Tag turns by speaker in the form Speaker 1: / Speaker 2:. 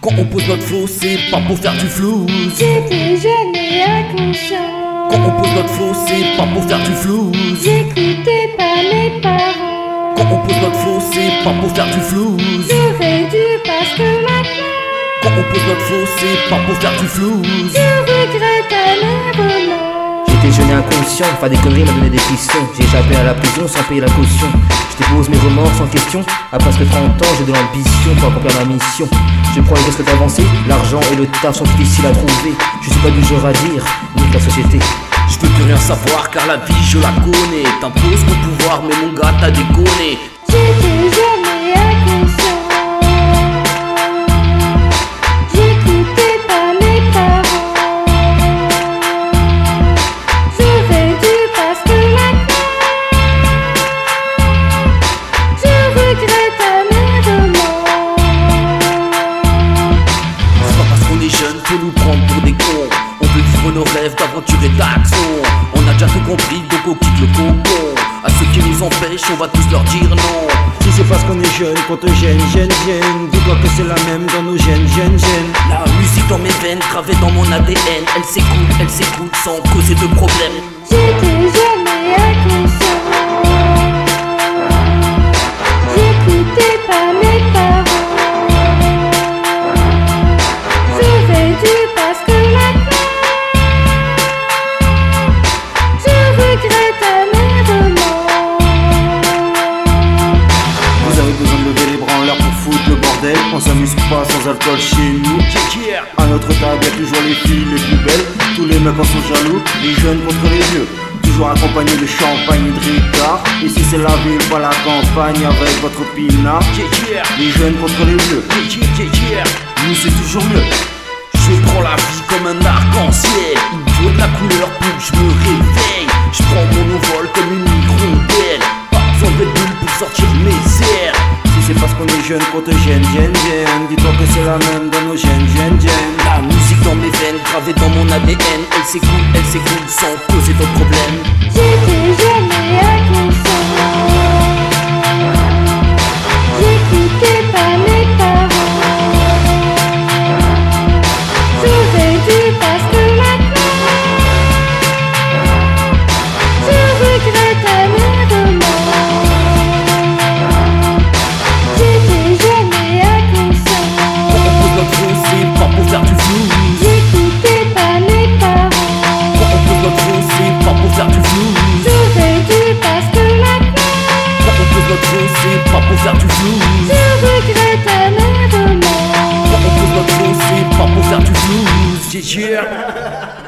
Speaker 1: Quand on pose notre flow, c'est pas pour faire du flou.
Speaker 2: J'étais jeune et inconscient.
Speaker 1: Quand on pose notre flow, c'est pas pour faire du flou.
Speaker 2: J'écoutais pas mes parents.
Speaker 1: Quand on pose notre flow, c'est pas pour faire du flou.
Speaker 2: J'aurais dû parce que maintenant
Speaker 1: Quand on pose notre flow, c'est pas pour faire du flou.
Speaker 2: je regrette amèrement.
Speaker 3: J'étais jeune et inconscient, faire des conneries m'a donné des pistons. J'ai échappé à la prison sans payer la caution. Je dépose mes remords sans question. À presque 30 ans, j'ai de l'ambition pour accomplir ma mission. Je prends les risques d'avancer, l'argent et le taf sont difficiles à trouver. Je suis pas du genre à dire, ni que la société.
Speaker 1: Je peux plus rien savoir car la vie je la connais. T'imposes ton pouvoir, mais mon gars t'as déconné.
Speaker 2: J'étais jeune et inconscient. J'écoutais pas mes parents. J'aurais dû parce que maintenant je regrette amèrement.
Speaker 1: C'est pas parce qu'on est jeune faut nous prendre pour des cons. On veut vivre nos rêves d'aventure et d'action. On a déjà tout compris, donc on quitte le cocon. À ceux qui nous empêchent, on va tous leur dire non.
Speaker 4: Si c'est parce qu'on est jeune, qu'on te gêne, gêne, gêne Dis-toi que c'est la même dans nos gènes, gêne, gêne
Speaker 1: La musique dans mes veines, gravée dans mon ADN. Elle s'écoute, elle s'écoute sans causer de problème.
Speaker 2: J'étais jeune et inconscient. J'écoutais pas mes parents. J'aurais dû parce que maintenant je regrette amèrement.
Speaker 4: Vous avez besoin de lever les bras en l'air pour foutre le bordel On s'amuse pas sans alcool chez nous À notre table y'a toujours les filles les plus belles Tous les mecs en sont jaloux, les jeunes contre les vieux Toujours accompagné de champagne et de Ricard Ici c'est la ville, pas la campagne avec votre pinard Les jeunes contre les vieux, nous c'est toujours mieux
Speaker 1: Je prends la vie comme un arc-en-ciel. Il faut de la couleur pour que je me réveille. Je prends mon envol comme une hirondelle. Pas besoin de bulles pour sortir mes airs.
Speaker 4: Si c'est parce qu'on est jeune qu'on te gêne, gêne, gêne Dis-toi que c'est la même dans nos gènes, gêne, gêne
Speaker 1: La musique dans mes veines, gravée dans mon ADN. Elle s'écoute, elle s'écoute sans causer de problème.
Speaker 2: J'étais jeune et inconscient. J'écoutais pas mes parents. J'aurais dû parce que maintenant je regrette amèrement. J'étais jeune et
Speaker 1: Quand on pose
Speaker 2: inconscient.
Speaker 1: notre feu, c'est pas pour faire du flou.
Speaker 2: J'écoutais pas mes
Speaker 1: Quand
Speaker 2: parents.
Speaker 1: on pose notre feu, c'est pas pour faire du flou.
Speaker 2: J'aurais dû parce que maintenant.
Speaker 1: Quand on pose notre feu, c'est pas pour faire du flou.
Speaker 2: Je regrette amèrement.
Speaker 1: Quand on pose notre feu, c'est pas pour faire du flou. Yeah, yeah.